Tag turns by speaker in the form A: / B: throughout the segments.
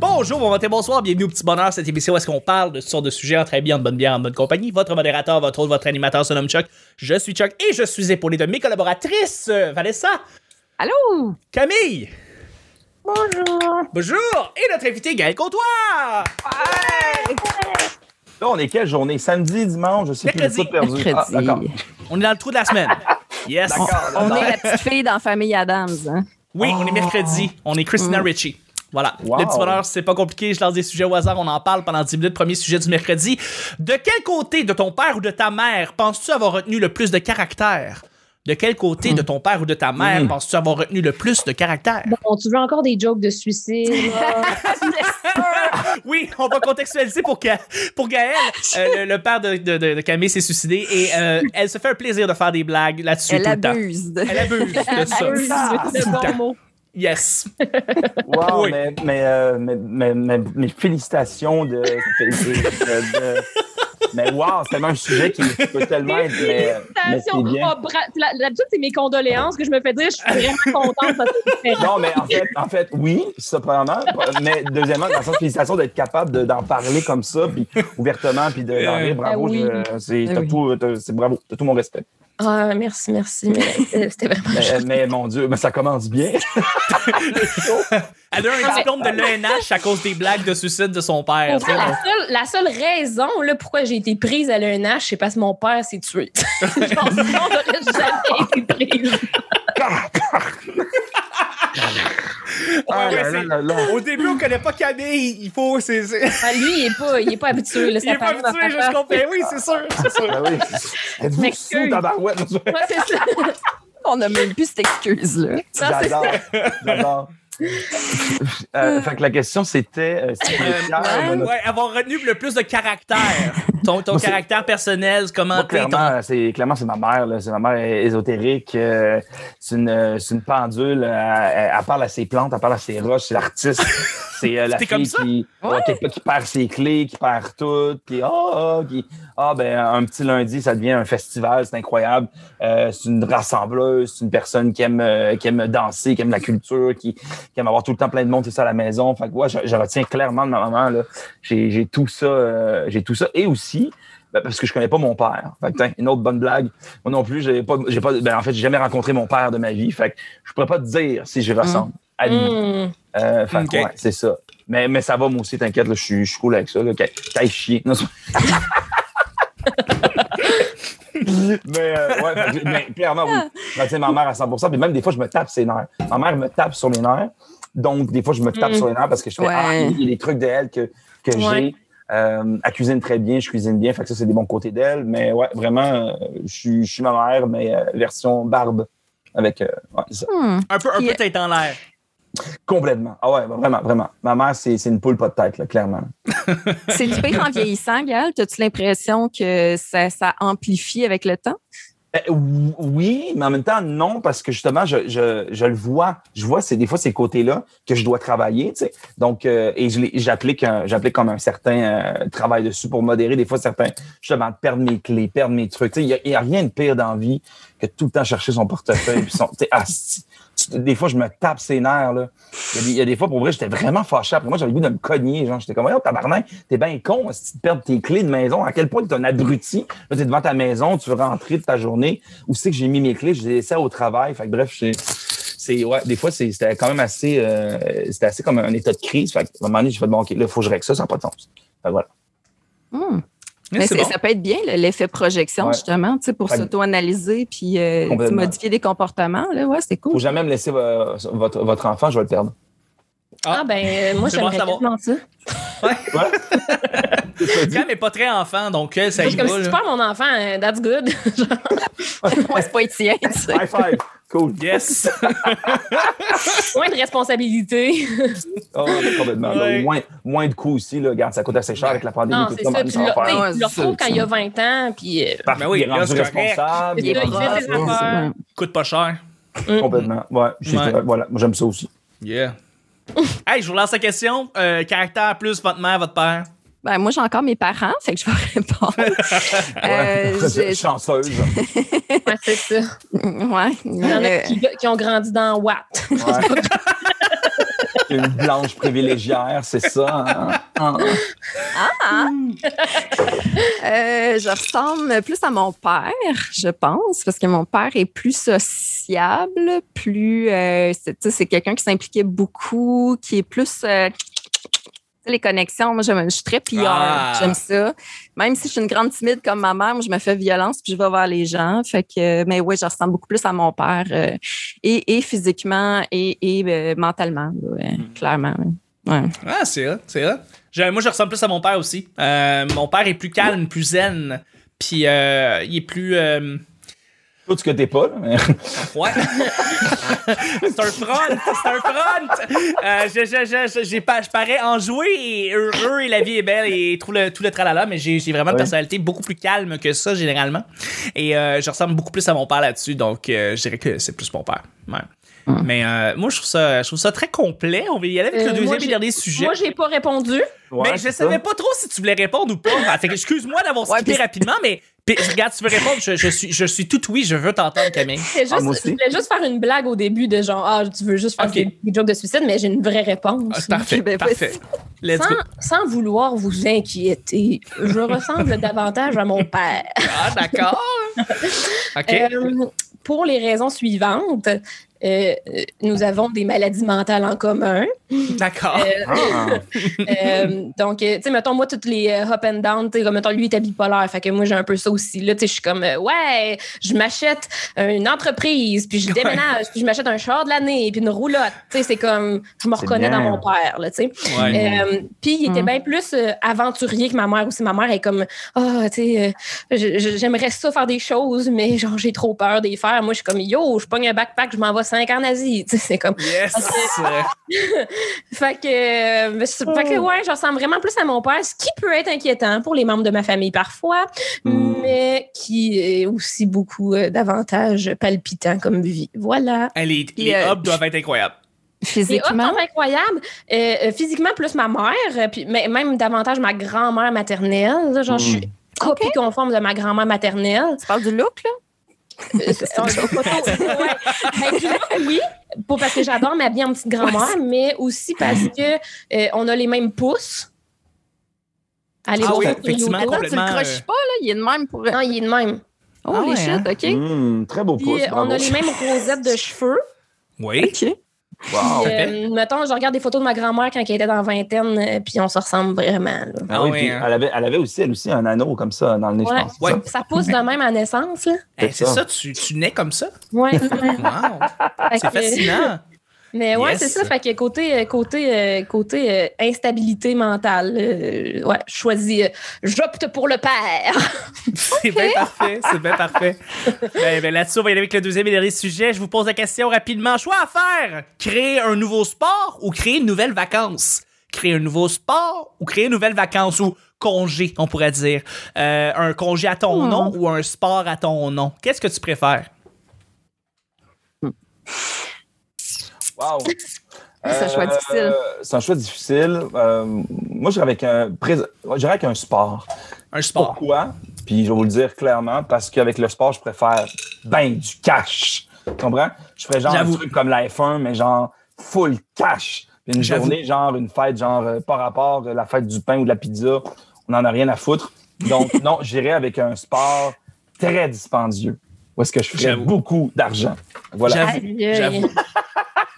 A: Bonjour, bon matin, bonsoir, bienvenue au Petit Bonheur, cette émission où est-ce qu'on parle de toutes sortes de sujets entre amis, en bonne bière, en bonne compagnie. Votre modérateur, votre hôte, votre animateur se nomme Chuck. Je suis Chuck et je suis épaulé de mes collaboratrices, euh, Vanessa,
B: Allô?
A: Camille,
B: Bonjour!
A: bonjour, et notre invité Gaël Côtois.
C: Là, on est quelle journée? Samedi, dimanche, je sais plus,
A: Mercredi.
C: j'ai tout perdu. Ah,
B: Mercredi.
C: d'accord.
A: On est dans le trou de la semaine. Yes.
C: D'accord,
B: On
C: d'accord.
B: est la petite fille dans Famille Adams. Hein?
A: Oui, on est mercredi. On est Christina Ricci. Voilà.
C: Wow.
A: Le petit bonheur, c'est pas compliqué. Je lance des sujets au hasard. On en parle pendant 10 minutes. Premier sujet du mercredi. De quel côté de ton père ou de ta mère penses-tu avoir retenu le plus de caractère? De quel côté de ton père ou de ta mère penses-tu avoir retenu le plus de caractère?
D: Bon, tu veux encore des jokes de suicide, là?
A: Oui, on va contextualiser pour, Ga- pour Gaël. Euh, le, le père de, de- de- de Camille s'est suicidé et euh, elle se fait un plaisir de faire des blagues là-dessus
B: Elle
A: tout le temps.
B: abuse. de-
A: Elle abuse de ça.
D: Eux, c'est le bon mot.
A: Yes.
C: Wow,
A: Oui.
C: mais, mais, euh, mais, mais, mais- mais félicitations de. de- de- mais wow, c'est tellement un sujet qui peut tellement être. Mais, mais c'est
D: Félicitations.
C: bien.
D: Oh, bra- c'est la- L'habitude, c'est mes condoléances que je me fais dire. Je suis vraiment contente parce que c'est différent.
C: Non, mais en fait, en fait oui, ça, premièrement. Mais deuxièmement, dans le sens, félicitations d'être capable de- d'en parler comme ça, puis ouvertement, puis de- d'en rire. Bravo,
D: Ben oui.
C: je- c'est
B: Ben
C: t'as
B: oui.
C: tout, t'as- c'est bravo, t'as tout mon respect.
D: Ah, merci, merci. Mais euh, c'était vraiment.
C: Mais, mais mon Dieu, mais ça commence bien.
A: Elle a eu un
D: mais-
A: diplôme de l'ENH à cause des blagues de suicide de son père.
D: Pour
A: tu
D: vrai,
A: sais.
D: la seule, la seule raison là, pourquoi j'ai été prise à l'ENH, c'est parce que mon père s'est tué. Genre, sinon, j'aurais jamais été prise.
C: Ah,
A: ouais,
C: là,
A: c'est-
C: là, là, là.
A: Au début, on connaît pas Camille. Il faut. c'est c'est-
D: Ah, lui, il n'est pas, il est pas habitué. Là,
A: Il est pas habitué, je comprends. Oui, c'est sûr. c'est sûr.
C: Ben oui. Êtes-vous
D: M'excuse.
C: sous tabarouette?
D: Moi, c'est ça.
B: On n'a même plus cette excuse-là.
D: Non, c'est
C: J'adore. J'adore. Euh, fait que la question, c'était euh, si
A: Euh,
C: les pierres de notre-
A: ouais, avoir retenu le plus de caractère. Ton, ton
C: Moi, c'est-
A: caractère personnel, comment
C: Moi,
A: t'es. ton-
C: clairement, c'est clairement c'est ma mère, là. c'est ma mère é- ésotérique, euh, c'est une euh, c'est une pendule, elle, elle- elle parle à ses plantes, elle parle à ses roches, c'est l'artiste, c'est euh, la
A: T'es
C: fille
A: comme ça?
C: qui, ouais, qui- qui perd ses clés, qui perd tout, qui ah ah, qui ah ben un petit lundi ça devient un festival, c'est incroyable, Euh, c'est une rassembleuse, c'est une personne qui aime euh, qui aime danser, qui aime la culture, qui, qui aime avoir tout le temps plein de monde c'est ça à la maison, fait que ouais, je, je retiens clairement de ma maman là, j'ai j'ai tout ça, euh, j'ai tout ça et aussi ben, parce que je connais pas mon père. Fait que, tiens, une autre bonne blague. Moi non plus, j'ai pas, j'ai pas, ben, en fait, j'ai jamais rencontré mon père de ma vie. Fait que je pourrais pas te dire si j'y ressemble à lui.
D: Hmm.
C: Euh, fait que,
A: Ok.
C: ouais, c'est ça. Mais, mais ça va, moi aussi, t'inquiète, là, je suis je suis cool avec ça. là, que- T'ailles chier. Non, c'est- mais, euh, ouais, fait que- mais clairement, oui. Ben, tu sais, ma mère à 100 Puis même des fois, je me tape ses nerfs. Ma mère me tape sur les nerfs. Donc, des fois, je me tape
D: Mm.
C: sur les nerfs parce que je fais
B: Ouais.
C: Ah, il y a des trucs de elle que, que
D: Ouais.
C: j'ai. Euh, elle cuisine très bien, je cuisine bien. Fait que ça, c'est des bons côtés d'elle. Mais ouais, vraiment, euh, je suis- je suis ma mère, mais euh, version barbe. Avec, euh, ouais, c'est ça.
B: Hmm.
A: Un peu, un
B: Puis,
A: peu
B: euh,
A: tête en l'air.
C: Complètement. Ah ouais, ben, vraiment, vraiment. Ma mère, c'est c'est une poule pas de tête, là, clairement.
B: C'est du pire en vieillissant, Gaël. As-tu l'impression que ça, ça amplifie avec le temps?
C: Ben, ou- oui, mais en même temps, non, parce que justement, je, je, je le vois. Je vois, c'est des fois ces côtés-là que je dois travailler, tu sais. Donc, euh, et je les- j'applique un- j'applique comme un certain euh, travail dessus pour modérer des fois certains, justement, de perdre mes clés, perdre mes trucs. Tu sais, il y a- il y a, rien de pire dans la vie que tout le temps chercher son portefeuille. puis son, tu sais, asti. Tu- des fois, je me tape ses nerfs, là. Il y a des, il y a des fois, pour vrai, j'étais vraiment fâché. Après moi, j'avais le goût de me cogner, genre. J'étais comme, oh, tabarnak, t'es bien con si tu perds tes clés de maison. À quel point t'es un abruti. Là, t'es devant ta maison, tu veux rentrer de ta journée où c'est que j'ai mis mes clés, je les ai laissées au travail. Fait que bref, c'est- c'est ouais, des fois c'est- c'était quand même assez euh, c'était assez comme un état de crise. Fait que, à un moment donné, j'ai fait bon, OK, là, faut que je règle ça, ça n'a pas de sens. Fait que voilà.
B: Hmm.
A: Mais
B: Mais
A: c'est
B: c'est-
A: bon.
B: ça peut être bien, là, l'effet projection,
C: Ouais.
B: justement, tu sais, pour
C: Fait que-
B: s'auto-analyser puis euh,
C: Complètement.
B: modifier des comportements. Là. Ouais, c'est
C: Faut
B: cool.
C: jamais me laisser euh, votre, votre enfant, je vais le perdre.
D: Ah, ben, euh, moi,
A: C'est bon à
D: j'aimerais
A: savoir.
D: tellement ça.
A: Cam est pas très enfant, donc elle, ça
D: Moi,
A: y
D: je suis comme
A: va.
D: si tu
A: là.
D: perds mon enfant, hein, that's good.
B: Ouais, c'est pas étien, tu sais.
C: High five! Cool.
A: Yes.
D: Moins de responsabilité.
C: Oh, complètement. là.
A: Ouais.
C: moins, moins de coûts aussi, là. Regarde, ça coûte assez cher avec la pandémie.
D: Non,
C: tout
D: c'est
C: le monde
D: ça. Puis
C: s'en
D: là,
C: faire.
B: Ouais,
D: tu le
B: c'est
D: retrouves
B: ça.
D: quand il a 20 ans, puis euh,
C: Parfait,
A: Ben oui,
C: il est
A: là,
C: rendu
A: c'est correct.
C: responsable.
D: il
C: Il est
D: fait
C: propre,
D: ses
C: ouais,
D: affaires.
B: Ouais.
A: Coûte pas cher.
C: Complètement. Ouais, je suis-
A: Ouais.
C: voilà, moi j'aime ça aussi.
A: Yeah. hey, je vous lance la question. Euh, caractère plus votre mère, votre père.
B: Ben, moi, j'ai encore mes parents, fait que je vais répondre.
C: Ouais.
B: Euh, j'ai-
C: Chanceuse.
D: ouais, c'est ça.
B: Ouais.
D: Il y en a
B: Euh,
D: qui, qui ont grandi dans Watt.
C: Ouais. Une blanche privilégière, c'est ça. hein? Ah, ah.
B: Euh, je ressemble plus à mon père, je pense, parce que mon père est plus sociable, plus. euh, c'est tu sais, c'est quelqu'un qui s'impliquait beaucoup, qui est plus. euh, tu sais, les connexions, moi, j'aime- je suis très pilleur.
A: Ah.
B: J'aime ça. Même si je suis une grande timide comme ma mère, moi, je me fais violence puis je vais voir les gens. Fait que, mais oui, je ressemble beaucoup plus à mon père, euh, et, et physiquement et, et, euh, mentalement, là, ouais, clairement. ouais. Ouais.
A: Ah, c'est vrai, c'est vrai. Je- moi, je ressemble plus à mon père aussi. Euh, mon père est plus calme, plus zen. Puis, euh, il est plus. euh,
C: Tout ce que t'es pas, là, mais-
A: Ouais. c'est un front, c'est un front. Euh, je, je, je, je, j'ai pas, je parais enjoué et heureux et la vie est belle et tout le, tout le tralala, mais j'ai, j'ai vraiment une
C: Ouais.
A: personnalité beaucoup plus calme que ça, généralement. Et euh, je ressemble beaucoup plus à mon père là-dessus, donc euh, je dirais que c'est plus mon père. Ouais. Mais euh, moi, je trouve, ça, je trouve ça très complet. On va y aller avec
D: Ah. Euh,
A: le
D: moi,
A: deuxième et
D: j'ai-
A: dernier sujet.
D: Moi, j'ai pas répondu.
A: mais
C: Ouais,
A: je
C: c'est
A: savais
C: ça.
A: pas trop si tu voulais répondre ou pas. Ah, fait que excuse-moi d'avoir
B: Ouais,
A: skippé
B: puis-
A: rapidement, mais puis, regarde, tu veux répondre, je, je suis, je suis tout oui, je veux t'entendre, Camille.
D: C'est juste,
C: Ah, moi
D: je
C: aussi.
D: voulais juste faire une blague au début de genre, ah, tu veux juste faire
A: Ok.
D: des, des jokes de suicide, mais j'ai une vraie réponse.
A: Ah, parfait,
B: Ben,
A: parfait. Let's
D: sans,
A: go.
D: sans vouloir vous inquiéter, je ressemble davantage à mon père.
A: Ah, d'accord. OK.
D: Euh, pour les raisons suivantes, euh, euh, nous avons des maladies mentales en commun.
A: d'accord.
C: Ah.
D: Euh, donc, euh, tu sais, mettons, moi, toutes les euh, up and down, tu sais, comme mettons, lui, il était bipolaire. Fait que moi, j'ai un peu ça aussi. Là, tu sais, je suis comme, euh, ouais, je m'achète une entreprise, puis je
A: Ouais.
D: déménage, puis je m'achète un char de l'année, puis une roulotte. Tu sais, c'est comme, je me
C: C'est
D: reconnais
C: bien. Mm.
D: dans mon père, là, tu sais.
A: ouais.
D: Euh, Puis il était
B: Mm.
D: bien plus euh, aventurier que ma mère aussi. Ma mère est comme, ah, tu sais, euh, je- je- j'aimerais ça faire des choses, mais genre, j'ai trop peur d'y faire. Moi, je suis comme, yo, je pogne un backpack, je m'en vais cinq ans en Asie. Tu sais, c'est
B: euh,
D: comme.
A: Yes.
D: Fait que, euh, c'est- fait que, ouais, je ressemble vraiment plus à mon père, ce qui peut être inquiétant pour les membres de ma famille parfois,
C: Mm.
D: mais qui est aussi beaucoup euh, d'avantages palpitants comme vie. Voilà.
A: Hey, les les
B: euh,
A: hubs doivent être incroyables.
D: C'est
B: Physiquement,
D: incroyable. Euh, euh, physiquement, plus ma mère, euh, puis mais- même davantage ma grand-mère maternelle. là, Genre, je suis copie conforme de ma grand-mère maternelle.
B: tu parles du look, là?
D: Euh, c'est un- Ouais. Fait que, oui, pour, parce que j'adore ma bien petite grand-mère, mais aussi parce que euh, on a les mêmes pouces. Allez,
A: Ah
D: voir
A: oui,
D: ça sur
A: effectivement,
B: Attends,
D: YouTube.
B: tu
A: complètement,
B: le
A: euh,
B: croches pas, là? Il est de même pour.
D: Non, il est de même.
B: Oh,
A: Ah
B: les
A: ouais,
B: shit,
A: hein?
B: OK.
C: Mm, très beau
D: Puis,
C: pouce.
D: euh, on
C: bravo.
D: a les mêmes rosettes de cheveux.
A: Oui.
B: OK.
C: Wow.
A: Ouais.
D: Euh, mettons, je regarde des photos de ma grand-mère quand elle était dans la vingtaine, euh, puis on se ressemble vraiment. là.
A: Ah
C: Ah oui,
A: ouais,
C: puis
A: hein.
C: elle, avait, elle avait aussi, elle aussi, un anneau comme ça dans le nez,
D: Ouais.
C: je pense.
A: Ouais.
C: ça.
D: Ça pousse de même à naissance, là.
A: Hey, Eh, c'est
C: ça.
A: ça, tu, tu nais comme ça.
D: Ouais.
A: Wow.
D: Fait
A: C'est
D: que-
A: fascinant.
D: Mais ouais,
A: Yes.
D: c'est ça. Fait que côté, euh, côté, euh, côté euh, instabilité mentale, euh, ouais, je choisis, euh, j'opte pour le père.
A: C'est bien parfait, c'est bien parfait. ben, ben, Là-dessus, on va y aller avec le deuxième et dernier sujet. Je vous pose la question rapidement. Choix à faire créer un nouveau sport ou créer une nouvelle vacance Créer un nouveau sport ou créer une nouvelle vacance ou congé, on pourrait dire. Euh, un congé à ton
B: Hmm.
A: nom ou un sport à ton nom. Qu'est-ce que tu préfères
C: Wow. Euh,
B: C'est un choix difficile.
C: C'est un choix difficile. Euh, moi, j'irais avec un, prés- j'irais avec un sport.
A: Un sport.
C: Pourquoi? Puis je vais vous le dire clairement, parce qu'avec le sport, je préfère ben du cash. Tu comprends? Je ferais genre un
A: J'avoue.
C: truc comme la F1, mais genre full cash. Puis une
A: J'avoue.
C: journée, genre une fête, genre euh, par rapport à la fête du pain ou de la pizza, on n'en a rien à foutre. Donc non, j'irais avec un sport très dispendieux. Où est-ce que je ferais
A: J'avoue.
C: beaucoup d'argent? Voilà.
A: J'avoue,
D: Aïe, aïe.
A: j'avoue.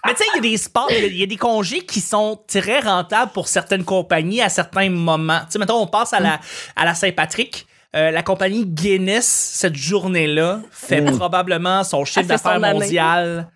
A: Mais tu sais, il y a des sports, il y a- il y, a des congés qui sont très rentables pour certaines compagnies à certains moments. Tu sais, mettons, on passe à la, à la Saint-Patrick. Euh, la compagnie Guinness, cette journée-là, fait
C: Mm.
A: probablement son chiffre
B: Elle fait son
A: d'affaires
B: année.
A: mondial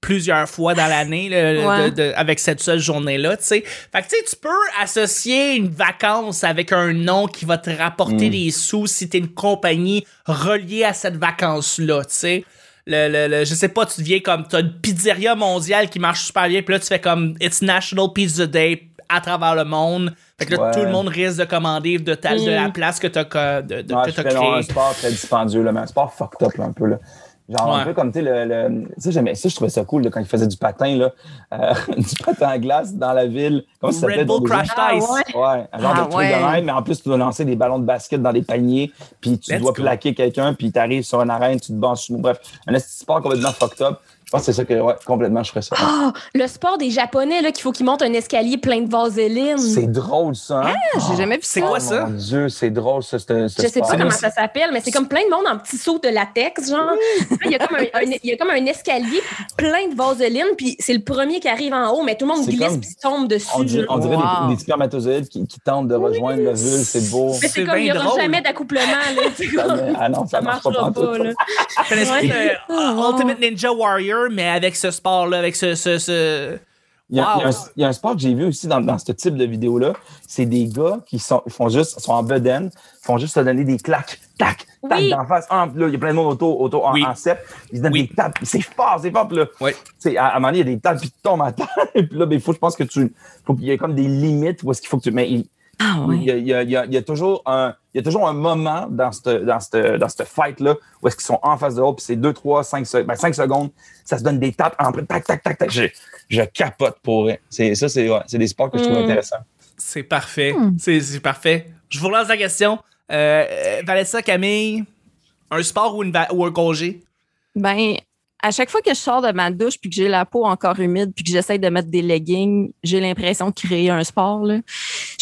A: plusieurs fois dans l'année là,
B: Ouais.
A: de- de- avec cette seule journée-là, tu sais. Fait que tu sais, tu peux associer une vacance avec un nom qui va te rapporter
C: Mm.
A: des sous si t'es une compagnie reliée à cette vacance-là, tu sais. Le, le, le- je sais pas, tu deviens comme, t'as une pizzeria mondiale qui marche super bien, puis là, tu fais comme, it's National Pizza Day à travers le monde. Fait que là,
C: Ouais.
A: tout le monde risque de commander de, ta, de la
D: Mm.
A: place que t'as co- de, de-
C: Ouais,
A: que
C: je
A: t'as
C: fais non, un
A: créée.
C: sport très dispendieux, là, mais un sport fucked up là, un peu. Là. Genre
A: Ouais.
C: un peu comme tu sais, le, le- tu sais, j'aimais ça, je trouvais ça cool là, quand ils faisaient du patin, là, euh, du patin à glace dans la ville. Comment ça s'appelait?
A: Red Bull
C: donc,
A: Crash
D: Ah,
A: Ice.
D: ouais.
C: Ouais, un genre
B: Ah,
C: de truc de
B: ouais.
C: même, mais en plus, tu dois lancer des ballons de basket dans des paniers, puis tu
A: Let's
C: dois
A: go.
C: plaquer quelqu'un, puis tu arrives sur une arène, tu te bats sur nous. Bref, un esti de sport complètement fucked up. Je pense que c'est ça que, ouais, complètement, je ferais ça.
D: Ah, le sport des Japonais, là, qu'il faut qu'ils montent un escalier plein de vaseline.
C: C'est drôle, ça. hein?
B: Ah, J'ai jamais vu
A: C'est
B: ça.
A: quoi ça?
C: Mon Dieu, c'est drôle, ça. ce- ce
D: Je sais
C: sport.
D: pas comment
A: aussi.
D: ça s'appelle, mais c'est comme plein de monde en petits sauts de latex, genre. Là, Il y, a comme un, un- il y a comme un escalier plein de vaseline, puis c'est le premier qui arrive en haut, mais tout le monde
C: C'est
D: glisse
C: comme-
D: puis tombe dessus.
C: On dirait, on
D: là.
C: dirait
B: Wow.
C: des, des spermatozoïdes qui, qui tentent de rejoindre le vulve, c'est beau.
D: Mais c'est
A: C'est
D: comme, il n'y
A: bien
D: aura
A: drôle.
D: jamais d'accouplement, là. tu vois.
C: Ah non, ça,
D: ça
C: marche pas,
D: marchera
C: pantoute.
D: pas, là.
A: Je connais
D: Ouais. Oh,
A: ce- euh, Ultimate Ninja Warrior, mais avec ce sport-là, avec ce. ce, ce-
C: Il y,
A: Wow.
C: a, il y a un, il y a un sport que j'ai vu aussi dans, dans ce type de vidéo-là. C'est des gars qui sont, font juste, sont en bedaine, font juste se donner des claques, tac, tac,
D: Oui.
C: d'en face. Ah, puis là, il y a plein de monde autour, autour en,
A: Oui.
C: en cep. Ils se donnent
A: Oui.
C: des tapes. C'est fort, c'est fort. Puis là,
A: Ouais.
C: tu sais, à, à un moment donné, il y a des tapes, puis tu tombes à terre. Puis là, ben, il faut, je pense que tu. Faut qu'il y ait comme des limites où est-ce qu'il faut que tu. Mais il,
B: Ah
C: il,
B: ouais.
C: y a, il y a- il y a- il y a toujours un. Il y a toujours un moment dans ce dans cette- dans cette fight-là où est-ce qu'ils sont en face de l'autre, puis c'est 2, 3, 5, ben, secondes, ça se donne des tapes en tac, tac, tac, tac. Je, je capote pour vrai. C'est, ça, c'est, ouais, c'est des sports que je trouve
D: Mm.
C: intéressants.
A: C'est parfait.
D: Hmm.
A: C'est c'est parfait. Je vous relance la question. Euh, euh, Vanessa, Camille, un sport ou, une va- ou un congé?
B: Ben, à chaque fois que je sors de ma douche puis que j'ai la peau encore humide puis que j'essaie de mettre des leggings, j'ai l'impression de créer un sport. Là.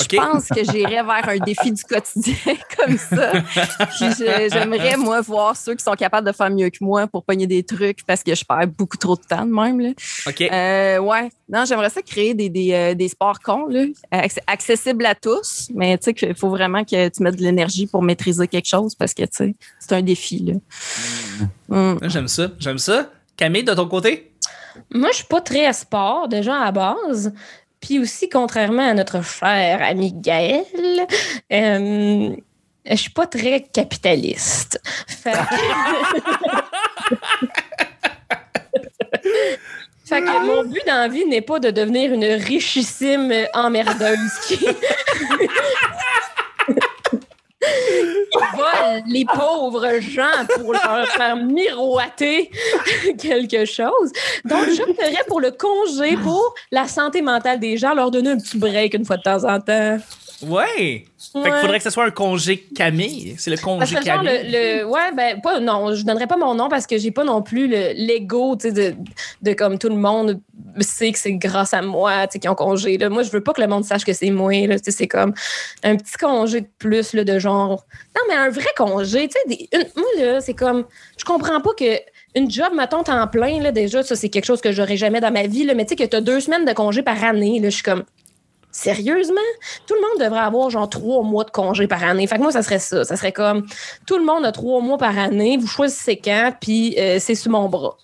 A: Ok.
B: Je pense que j'irais vers un défi du quotidien comme ça. Puis je- j'aimerais, moi, voir ceux qui sont capables de faire mieux que moi pour pogner des trucs parce que je perds beaucoup trop de temps de même. Là.
A: OK.
B: Euh, ouais. Non, j'aimerais ça créer des, des, euh, des sports cons, là, acc- accessibles à tous, mais tu sais qu'il faut vraiment que tu mettes de l'énergie pour maîtriser quelque chose parce que tu sais, c'est un défi. Là. Mm.
A: J'aime ça. J'aime ça. Camille, de ton côté?
D: Moi, je suis pas très sport, déjà à base. Puis aussi, contrairement à notre cher ami Gaël, euh, je suis pas très capitaliste. Fait que- Fait que mon but dans la vie n'est pas de devenir une richissime emmerdeuse qui... qui vole les pauvres gens pour leur faire miroiter quelque chose. Donc, je ferais pour le congé pour la santé mentale des gens, leur donner un petit break une fois de temps en temps.
A: Ouais. Fait qu'il
D: Ouais.
A: faudrait que ce soit un congé Camille. C'est le
D: Parce
A: congé
D: que genre,
A: Camille.
D: le, le- ouais, ben, pas, non, je donnerais pas mon nom parce que j'ai pas non plus le- l'ego, tu sais, de, de comme tout le monde sait que c'est grâce à moi, tu sais, qu'ils ont congé, là. Moi, je veux pas que le monde sache que c'est moi, là, tu sais, c'est comme un petit congé de plus, là, de genre. Non, mais un vrai congé, tu sais, des- une- moi, là, c'est comme, je comprends pas que. Une job, mettons, temps plein, là, déjà, ça, c'est quelque chose que j'aurais jamais dans ma vie, là, mais tu sais, que t'as deux semaines de congé par année, là, je suis comme, sérieusement? Tout le monde devrait avoir, genre, trois mois de congé par année. Fait que moi, ça serait ça. Ça serait comme, tout le monde a trois mois par année. Vous choisissez quand, puis euh, c'est sur mon bras.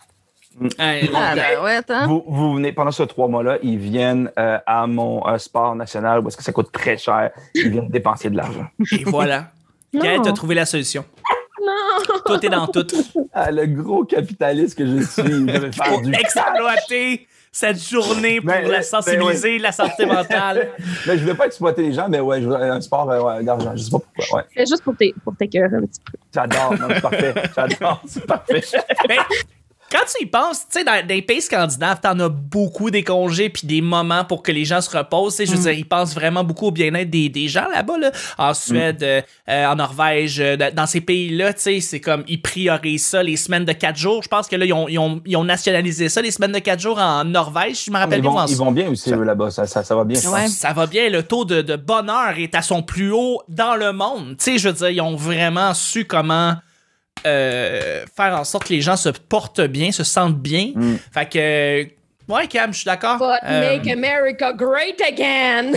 A: Hey,
B: Ah, ben ouais, attends.
C: Vous, vous venez, pendant ces trois mois-là, ils viennent euh, à mon euh, sport national où est-ce que ça coûte très cher. Ils viennent dépenser de l'argent.
A: Et voilà.
D: ben. Non.
A: Gaël, t'as trouvé la solution.
D: Non!
A: Tout est dans tout.
C: Ah, le gros capitaliste que je suis, je vais faire
A: Pour
C: du
A: exploiter cette journée pour
C: Ben,
A: la
C: ben,
A: sensibiliser, la santé mentale.
C: Mais je ne veux pas exploiter les gens, mais ouais, je veux un sport euh, ouais, d'argent. Je sais pas pourquoi. Ouais.
D: C'est juste pour tes pour t'écœurer un petit peu.
C: J'adore, non, c'est parfait. J'adore, c'est parfait.
A: Ben, quand tu y penses, tu sais, dans, dans les pays scandinaves, t'en as beaucoup des congés puis des moments pour que les gens se reposent. tu sais, Je
C: Mm.
A: veux dire, ils pensent vraiment beaucoup au bien-être des, des gens là-bas, là. En
C: Mm.
A: Suède, euh, euh, en Norvège, euh, dans dans ces pays-là, tu sais, c'est comme, ils priorisent ça, les semaines de quatre jours. Je pense que là, ils ont, ils ont, ils ont nationalisé ça, les semaines de quatre jours en Norvège, si je me
C: Mais
A: rappelle
C: ils,
A: bien. ou en
C: vont, ils vont bien aussi, eux, là-bas. Ça, ça, ça va bien. je pense.
B: Ah, Ouais.
A: ça va bien, le taux de, de bonheur est à son plus haut dans le monde. Tu sais, je veux dire, ils ont vraiment su comment euh, faire en sorte que les gens se portent bien, se sentent bien.
C: Mm.
A: Fait que, ouais, Cam, je suis d'accord.
D: But
A: Euh,
D: make America great again!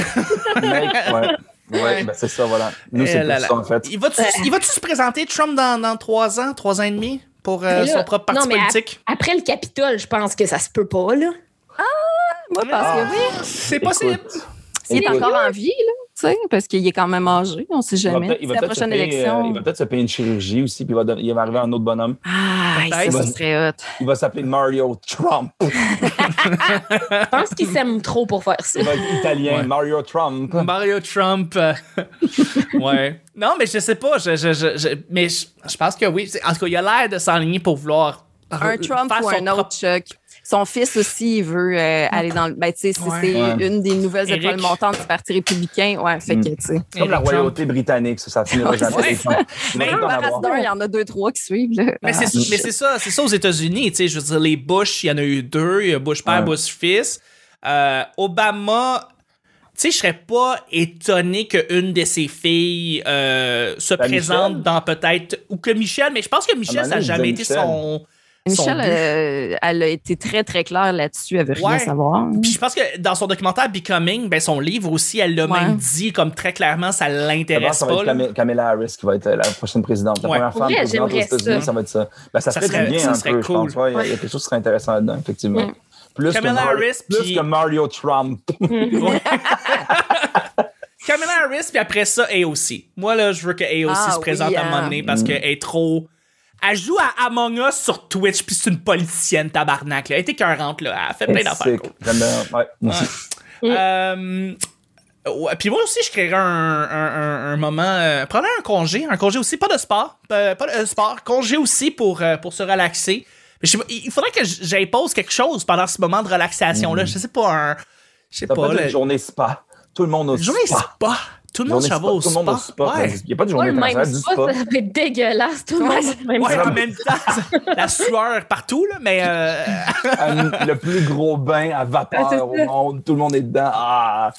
C: Ouais. Ouais, ben, c'est ça, voilà. Nous,
A: eh
C: c'est
A: là
C: plus
A: là.
C: ça, en fait.
A: Il va-tu il va-tu se présenter, Trump, dans, dans trois ans, trois ans et demi, pour euh,
D: Mais là,
A: son propre parti
D: non, mais à-
A: politique?
D: Après le Capitole, je pense que ça se peut pas, là.
B: Moi, parce que oui,
A: C'est
C: Ah, Écoute.
A: possible.
B: il est
C: Écoute,
B: encore en vie, là, tu sais, parce qu'il est quand même âgé, on sait
C: il va
B: jamais.
C: peut-être- il va
B: C'est la
C: peut-être se
B: prochaine
C: payer, euh,
B: élection.
C: il va peut-être se payer une chirurgie aussi, puis il va, don- il va arriver un autre bonhomme.
B: Ah, ça,
A: Peut-être.
B: ça serait hot.
C: Il va s'appeler Mario Trump.
D: Je pense qu'ils s'aiment trop pour faire ça.
C: Il va être italien,
A: Ouais.
C: Mario Trump.
A: Mario Trump. euh, ouais. Non, mais je sais pas. Je, je, je, je- mais je, je pense que oui. En tout cas, il a l'air de s'enligner pour vouloir.
B: Un Trump ou un autre Chuck. Son fils aussi, il veut euh, aller dans le. Ben, tu sais, c'est
A: Ouais.
B: c'est
C: Ouais.
B: une des nouvelles
A: Eric.
B: étoiles montantes du Parti républicain. Ouais, fait que, tu sais.
C: Comme
A: Eric
C: la
A: Trump.
C: royauté britannique, ça, ça finira jamais.
A: Ouais.
C: les gens. Ils vont
A: Mais-
C: tout en avoir.
B: Ambassadeur, Il y en a deux, trois qui suivent. là. Ah.
A: Mais c'est mais c'est ça, c'est ça aux États-Unis, tu sais, je veux dire, les Bush, il y en a eu deux, il y a Bush père,
C: Ouais.
A: Bush fils. Euh, Obama, tu sais, je serais pas étonné qu'une de ses filles euh, se
C: Ben,
A: présente
C: Michelle.
A: dans peut-être, ou que Michel, mais je pense que
C: À un
A: Michel,
C: moment
A: ça n'a
C: donné,
A: jamais
C: il
A: été
C: disait
A: son... son
B: Michelle,
A: but.
B: euh, elle a été très, très claire là-dessus. Elle veut rien
A: Ouais.
B: savoir.
A: Puis je pense que dans son documentaire Becoming, ben son livre aussi, elle l'a
B: Ouais.
A: même dit comme très clairement, ça
C: Je pense que
A: l'intéresse
C: ça va
A: pas.
C: être
A: là.
C: Cam- Kamala Harris qui va être euh, la prochaine présidente. La
A: Ouais.
C: première
D: Pour
C: femme
D: vrai,
C: présidente aux
D: j'aimerais
C: États-Unis,
D: ça.
C: ça va être ça. Ben, ça
A: Ça
C: serait
A: serait-
C: bien
A: ça
C: un
A: serait
C: peu, je
A: cool.
C: pense. Ouais, Il y a quelque chose de très intéressant là-dedans, effectivement.
D: Mm.
C: Plus, que
A: Kamala
C: Mario,
A: Harris,
C: plus
A: puis-
C: que Mario Trump.
A: Ouais. Kamala Harris, puis après ça, AOC. Moi, là, je veux que AOC
B: Ah
A: se présente
B: oui,
A: à un moment
B: hein.
A: donné
C: Mm.
A: parce qu'elle est trop. Elle joue à Among Us sur Twitch, puis c'est une politicienne tabarnak. Là. Elle était cœurante, là. Elle fait plein d'affaires.
C: Sick.
A: cool.
C: J'aime bien. Ouais.
A: Euh, ouais, puis moi aussi, je créerais un, un- un- un moment. euh, prenez un congé, un congé aussi, pas de sport, euh, pas de euh, sport, congé aussi pour, euh, pour se relaxer. Mais je sais pas, il il faudrait que j- j'impose quelque chose pendant ce moment de relaxation-là. Je sais pas, un. Je sais
C: Mm. Ça peut
A: pas,
C: être
A: là,
C: une journée spa. Tout le monde au
A: Journée
C: spa.
A: spa. Tout le monde
C: Journée
A: s'en va au
C: Tout le monde au
A: spa.
C: spa.
A: Ouais.
C: Il n'y a pas de
D: Pas
C: journée
D: le même
C: internationale du
D: spot,
C: spa.
D: ça va être dégueulasse. Tout le monde au même
A: Ouais,
D: spot.
A: en même temps, la sueur partout, là, mais euh,
C: Un- le plus gros bain à
D: Ah, c'est ça. Euh.
C: vapeur au monde. Tout le monde est dedans. Ah,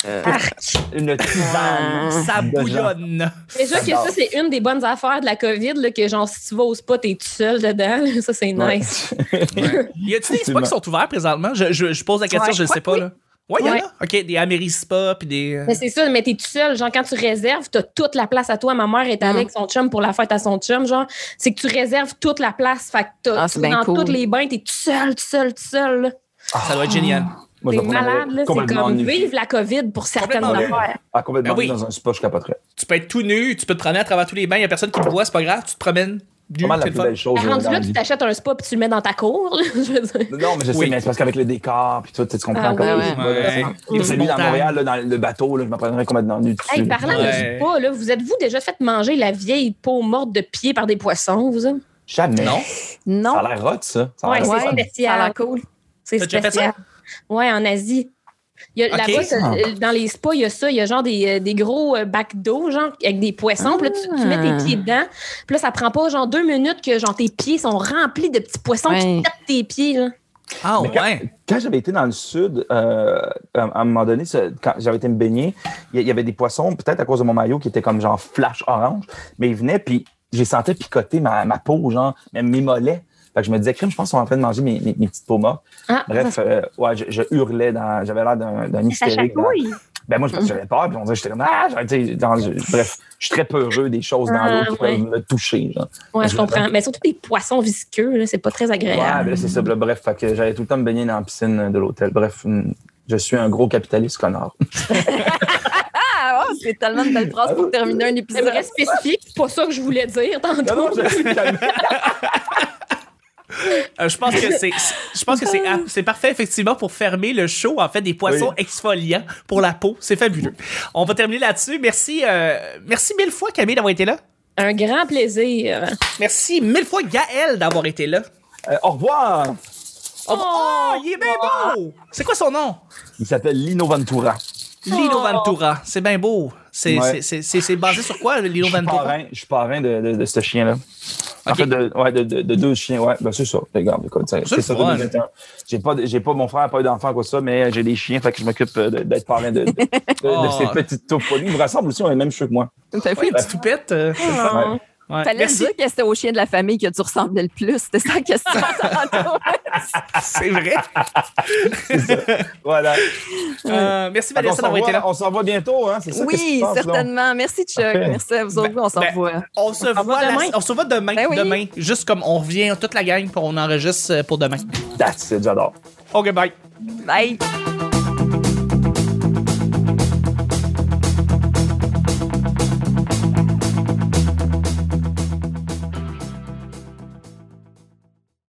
A: euh,
C: une tisane.
D: Ah.
A: ça
C: Déjà.
A: bouillonne.
D: Déjà que ça, c'est une des bonnes affaires de la COVID, là, que genre, si tu vas au spa, t'es tout seul dedans. Ça, c'est
C: Ouais.
D: nice.
A: Y a-tu des spas qui sont ouverts présentement? Je, je- je pose la question,
B: Ouais,
A: je ne
B: je
A: sais pas.
B: crois que
A: Là. Ouais, y en
D: Ouais.
A: a. OK, des Amérispa, puis des. euh,
D: Mais c'est ça, mais t'es tout seul. Genre, quand tu réserves, t'as toute la place à toi. Ma mère est allée
B: Mm.
D: avec son chum pour la fête à son chum. Genre, c'est que tu réserves toute la place. Fait que t'as-
B: Ah, c'est
D: dans
B: bien cool.
D: tous les bains, t'es tout seul, tout seul, tout seul. là.
A: euh, Ça doit être génial.
C: Moi, je
D: T'es
C: vais prendre-
D: malade, là. C'est
C: complètement
D: comme
C: nu.
D: vive la COVID pour certaines
A: Complètement
C: nu.
D: affaires.
C: Ah, complètement
A: Ben oui.
C: nu dans un spa, je capoterais.
A: Tu peux être tout nu, tu peux te promener à travers tous les bains, y a personne qui te voit, c'est pas grave, tu te promènes du
C: Pas mal la plus belle chose.
D: Mais
C: euh,
D: rendu
C: dans
D: là,
C: la
D: tu
C: vie.
D: t'achètes un spa puis tu le mets dans ta cour. là, je veux dire.
C: Non, mais je sais,
A: Oui.
C: mais c'est parce qu'avec le décor, puis tout, tu sais, tu comprends
D: Ah,
C: comme
B: ouais,
C: les-
B: ouais.
C: Ouais.
A: Il y a
C: C'est
A: des
C: lui dans
A: montagnes.
C: Montréal, là, dans le bateau, là, je me prendrais complètement nu dessus.
D: Hey, parlant
A: Ouais.
D: de spa, là, vous êtes-vous déjà fait manger la vieille peau morte de pied par des poissons, vous? autres?
C: Jamais.
A: Non?
C: Ça
B: Non.
C: a l'air hot, ça. Ça a
D: Ouais,
C: l'air
B: ouais.
D: c'est
B: Ça
C: hot.
B: a
D: spécial.
B: l'air cool.
D: C'est
A: T'as déjà fait
D: spécial. Ouais, en Asie. Il y a-
A: Ok.
D: Là-bas, ça- euh, dans les spas, il y a ça. Il y a genre des, euh, des gros euh, bacs d'eau, genre, avec des poissons. Puis là, tu, tu mets tes pieds dedans. Puis là, ça prend pas, genre, deux minutes que, genre, tes pieds sont remplis de petits poissons
B: Ouais.
D: qui tapent tes pieds, là.
A: Ah,
C: Mais quand-
A: ouais.
C: Quand j'avais été dans le sud, euh, à à un moment donné, ce- quand j'avais été me baigner, il y- il y avait des poissons, peut-être à cause de mon maillot qui était comme genre flash orange, mais ils venaient, puis j'ai senti picoter ma, ma peau, genre, même mes mollets. Fait que je me disais, crime, je pense qu'on est en train de manger mes, mes- mes petites peaux mortes.
D: Ah,
C: Bref, euh, ouais, je, je hurlais, dans- j'avais l'air d'un d'un
D: ça
C: hystérique. dans-
D: chatouille.
C: Ben moi, je- j'avais peur, puis on dirait, j'étais comme, ah, genre, tu sais, dans- je- bref, je suis très peureux des choses dans
D: Ah,
C: l'eau qui
D: ouais.
C: peuvent me toucher. Genre.
D: Ouais, je comprends. Mais surtout des poissons visqueux, là, c'est pas très
C: Ouais,
D: agréable.
C: ben là, c'est ça, là, bref, fait que j'allais tout le temps me baigner dans la piscine de l'hôtel. Bref, hum, je suis un gros capitaliste connard.
B: Ah, oh, c'est tellement une belle phrase pour terminer un
D: C'est
B: épisode.
D: vrai spécifique, c'est pas ça que je voulais dire tantôt.
A: Euh, je pense que c'est, je pense que c'est, ah, c'est parfait effectivement pour fermer le show en fait des poissons
C: Oui.
A: exfoliants pour la peau. C'est fabuleux. On va terminer là-dessus. Merci, euh, merci mille fois Camille d'avoir été là.
D: Un grand plaisir.
A: Merci mille fois Gaël d'avoir été là.
C: Euh, au revoir!
A: Oh, oh, il est bien beau. C'est quoi son nom?
C: Il s'appelle Lino Ventura.
A: Lino
D: Oh.
A: Ventura. C'est bien beau. C'est,
C: Ouais.
A: c'est- c'est, c'est, c'est basé sur quoi Lino
C: Je suis
A: Ventura?
C: parrain, je suis parrain de, de, de ce chien-là. En
A: Ok.
C: fait, de, ouais, de, de- de deux chiens, ouais. Ben, c'est ça. Regarde, écoute, c'est
A: C'est
C: c'est ça,
A: le fun.
C: 2021. J'ai pas, de- j'ai pas, mon frère n'a pas eu d'enfant, quoi, ça, mais j'ai des chiens, fait que je m'occupe euh, de- d'être parrain de, de, de- de ces
A: Oh.
C: petites taupes. Lui, il me ressemble aussi, on a les mêmes cheveux que moi.
B: T'as
A: Oui,
B: fait
A: une petite toupette. euh,
D: Ah.
A: ouais.
B: Fallait
A: Merci.
B: dire que c'était au chien de la famille que tu ressemblais le plus. C'était ça la question. tantôt.
A: C'est vrai.
C: Voilà.
A: Euh, merci
C: Fait qu'on
A: Vanessa
C: s'en
A: d'avoir été
C: voit-
A: là.
C: on s'en va bientôt, hein? C'est ça qu'est-ce qui
B: oui,
C: se passe, donc?
B: certainement. Merci, Chuck.
C: Parfait.
B: Merci à vous autres. On s'en
A: ben,
B: revoit.
A: On se
D: va
A: voit la-
D: demain.
A: on se voit demain.
B: Ben oui.
A: Demain. Juste comme on revient toute la gang pour on enregistre euh, pour demain.
C: That's it, j'adore.
A: OK, bye.
B: Bye.